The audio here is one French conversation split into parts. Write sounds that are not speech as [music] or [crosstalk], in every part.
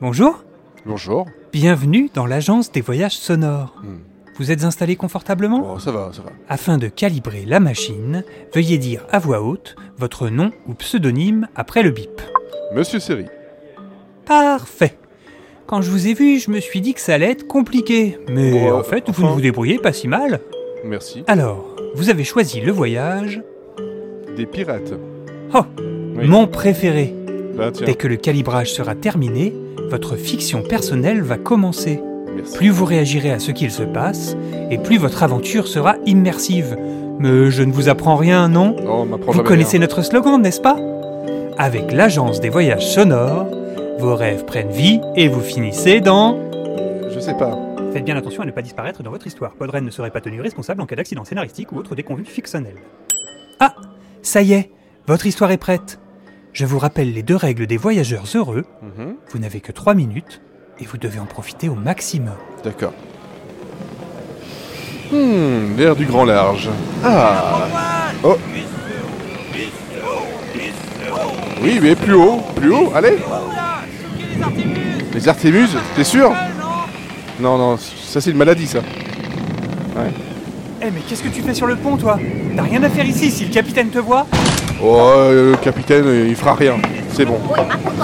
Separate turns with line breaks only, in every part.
Bonjour,
Bonjour.
bienvenue dans l'agence des voyages sonores.
Hmm.
Vous êtes installé confortablement
Oh, ça va, ça va.
Afin de calibrer la machine, veuillez dire à voix haute votre nom ou pseudonyme après le bip.
Monsieur Seri.
Parfait. Quand je vous ai vu, je me suis dit que ça allait être compliqué. Mais
Ouais,
en fait, vous
enfin.
ne vous débrouillez pas si mal.
Merci.
Alors, vous avez choisi le voyage, Oh,
Des pirates. Oui.
mon préféré.
Bah tiens.
Dès que le calibrage sera terminé, votre fiction personnelle va commencer.
Merci.
Plus vous réagirez à ce qu'il se passe, et plus votre aventure sera immersive. Mais je ne vous apprends rien, non
Oh, on m'apprend
Vous
jamais
connaissez
rien.
notre slogan, n'est-ce pas Avec l'agence des voyages sonores, vos rêves prennent vie et vous finissez dans...
Je sais pas.
Faites bien attention à ne pas disparaître dans votre histoire. Podren ne serait pas tenu responsable en cas d'accident scénaristique ou autre déconvenue fictionnelle. Ah Ça y est Votre histoire est prête Je vous rappelle les deux règles des voyageurs heureux.
Mhm.
Vous n'avez que 3 minutes et vous devez en profiter au maximum.
D'accord. Hmm, l'air du grand large. Ah Oh Oui, mais plus haut, plus haut, allez Les Artémuses, t'es sûr Non, non, ça c'est une maladie ça.
Eh mais qu'est-ce que tu fais sur le pont, toi T'as rien à faire ici si le capitaine te voit
Oh, euh, le capitaine, il fera rien. C'est bon.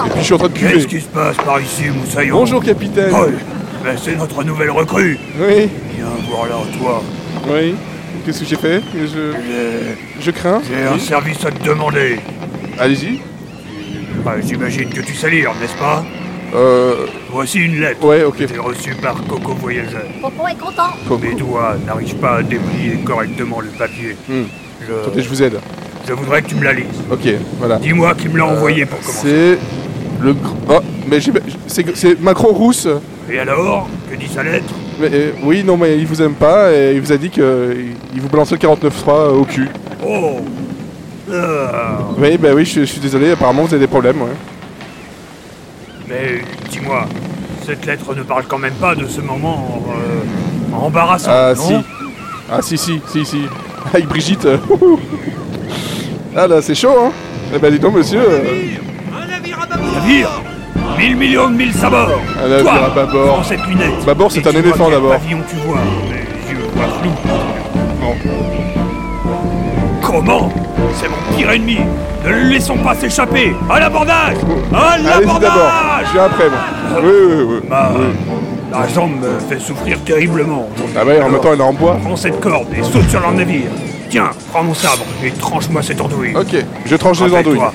Et puis je suis en train de
Qu'est-ce
cuver.
qui se passe par ici, Moussaillon
Bonjour capitaine.
Paul, ben c'est notre nouvelle recrue
Oui,
Viens voir là, toi.
oui. Qu'est-ce que j'ai fait Je,
J'ai
je crains.
j'ai un
Oui.
service à te demander.
Allez-y.
Ben, J'imagine que tu sais lire, n'est-ce pas
Euh,
Voici une lettre
ouais, ok.
que j'ai reçue par Coco Voyageur.
Pompon est content.
Coco.
Mes doigts n'arrivent pas à déplier correctement le papier.
Hmm. Attendez,
Je,
je Euh, vous aide.
je voudrais que tu me la lises.
Ok, voilà.
Dis-moi qui me l'a envoyé pour
C'est
commencer.
le gr- oh, mais j'ai- c'est c'est Macron rousse.
Et alors Que dit sa lettre
Mais, euh, oui, non, mais il vous aime pas et il vous a dit que euh, il vous balançait le 49.3 au cul.
Oh Ah.
Oui, bah oui, je, je suis désolé. Apparemment, vous avez des problèmes. ouais.
Mais dis-moi, cette lettre ne parle quand même pas de ce moment euh, embarrassant.
Ah
non
si, ah si si si si. [laughs] Avec Brigitte. [laughs] euh, ah là, c'est chaud, hein. Eh ben dis donc, monsieur. euh,
Navire 1000 millions de mille sabords
Un navire
Toi,
à bâbord.
Prends cette lunette
Bâbord, Bah, c'est
et
un
tu vois
éléphant,
quel
d'abord.
pavillon tu vois Mais je vois flou.
Bon.
Comment C'est mon pire ennemi Ne le laissons pas s'échapper À l'abordage À
Allez-y d'abord.
l'abordage
Je viens après, moi. Oui, oui, oui.
Ma... ma jambe me fait souffrir terriblement.
Ah bah, en même temps, elle est en bois.
Prends cette corde et saute sur leur navire. Tiens, prends mon sabre et tranche-moi cette andouille.
Ok, je tranche les andouilles.
Rappelle-toi,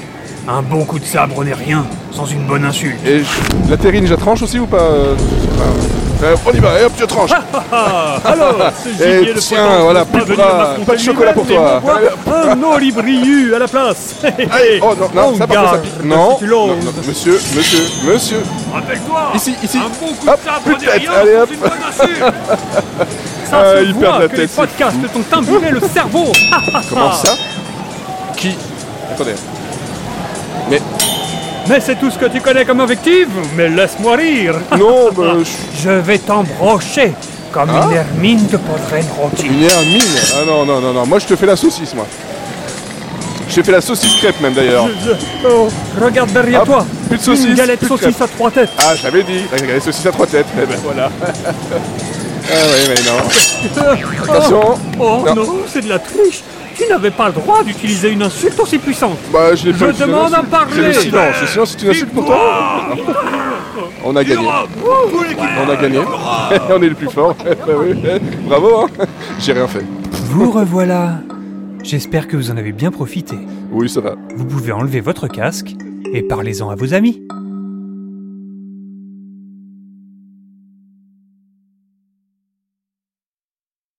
Un bon coup de sabre n'est rien sans une bonne insulte.
Et je- la terrine, je la tranche aussi ou pas euh, Ah, euh, On y va, et hop, je tranche.
Alors, ce gibier
Eh,
de
tiens,
potence
voilà,
n'est pas
plus de
venu
bras,
ma
pas de chocolat pour
fontaine
toi.
lui-même, mais moi, Un olibriu à la place.
Allez, oh non, non, ça par contre, ça
Engarde,
pique. Non,
si tu l'oses.
non, non, monsieur, monsieur, monsieur.
[laughs] Rappelle-toi
Ici, ici.
Un bon coup
Hop,
de sabre
plus de
n'est
tête,
rien
allez,
sans
hop.
une bonne
[laughs]
insulte.
Ça
Ah,
se
il
voit
perd la
que
tête,
les
c'est
podcasts t'ont imburé le
[laughs]
cerveau. Ah, ah,
Comment
ah.
ça Qui Attendez. Mais
Mais c'est tout ce que tu connais comme invective Mais laisse-moi rire.
non, bah, je-
Je vais t'embrocher comme
Ah.
une hermine de poitrine rôtie.
une hermine. Ah non, non, non, non. Moi, je te fais la saucisse, moi. Je te fais la saucisse crêpe, même d'ailleurs.
Je- je- oh, regarde derrière
Ah. Hop,
toi.
plus de saucisses,
Une galette
plus de
saucisse à trois têtes.
Ah, je l'avais dit. Regardez, saucisse à trois têtes. Eh ben, voilà. ah ouais, mais non. Attention.
Oh
Non.
non, c'est de la triche. Tu n'avais pas le droit d'utiliser une insulte aussi puissante.
Bah, je l'ai pas
Je
utilisé,
demande
non,
à
c'est-
parler. Eh,
C'est le silence. Le silence, c'est une insulte pour toi. On a gagné.
Oh,
On a gagné. [laughs] On est le plus fort. [laughs] Bah oui. Bravo. hein. J'ai rien fait.
Vous revoilà J'espère que vous en avez bien profité.
Oui, ça va.
Vous pouvez enlever votre casque et parlez-en à vos amis.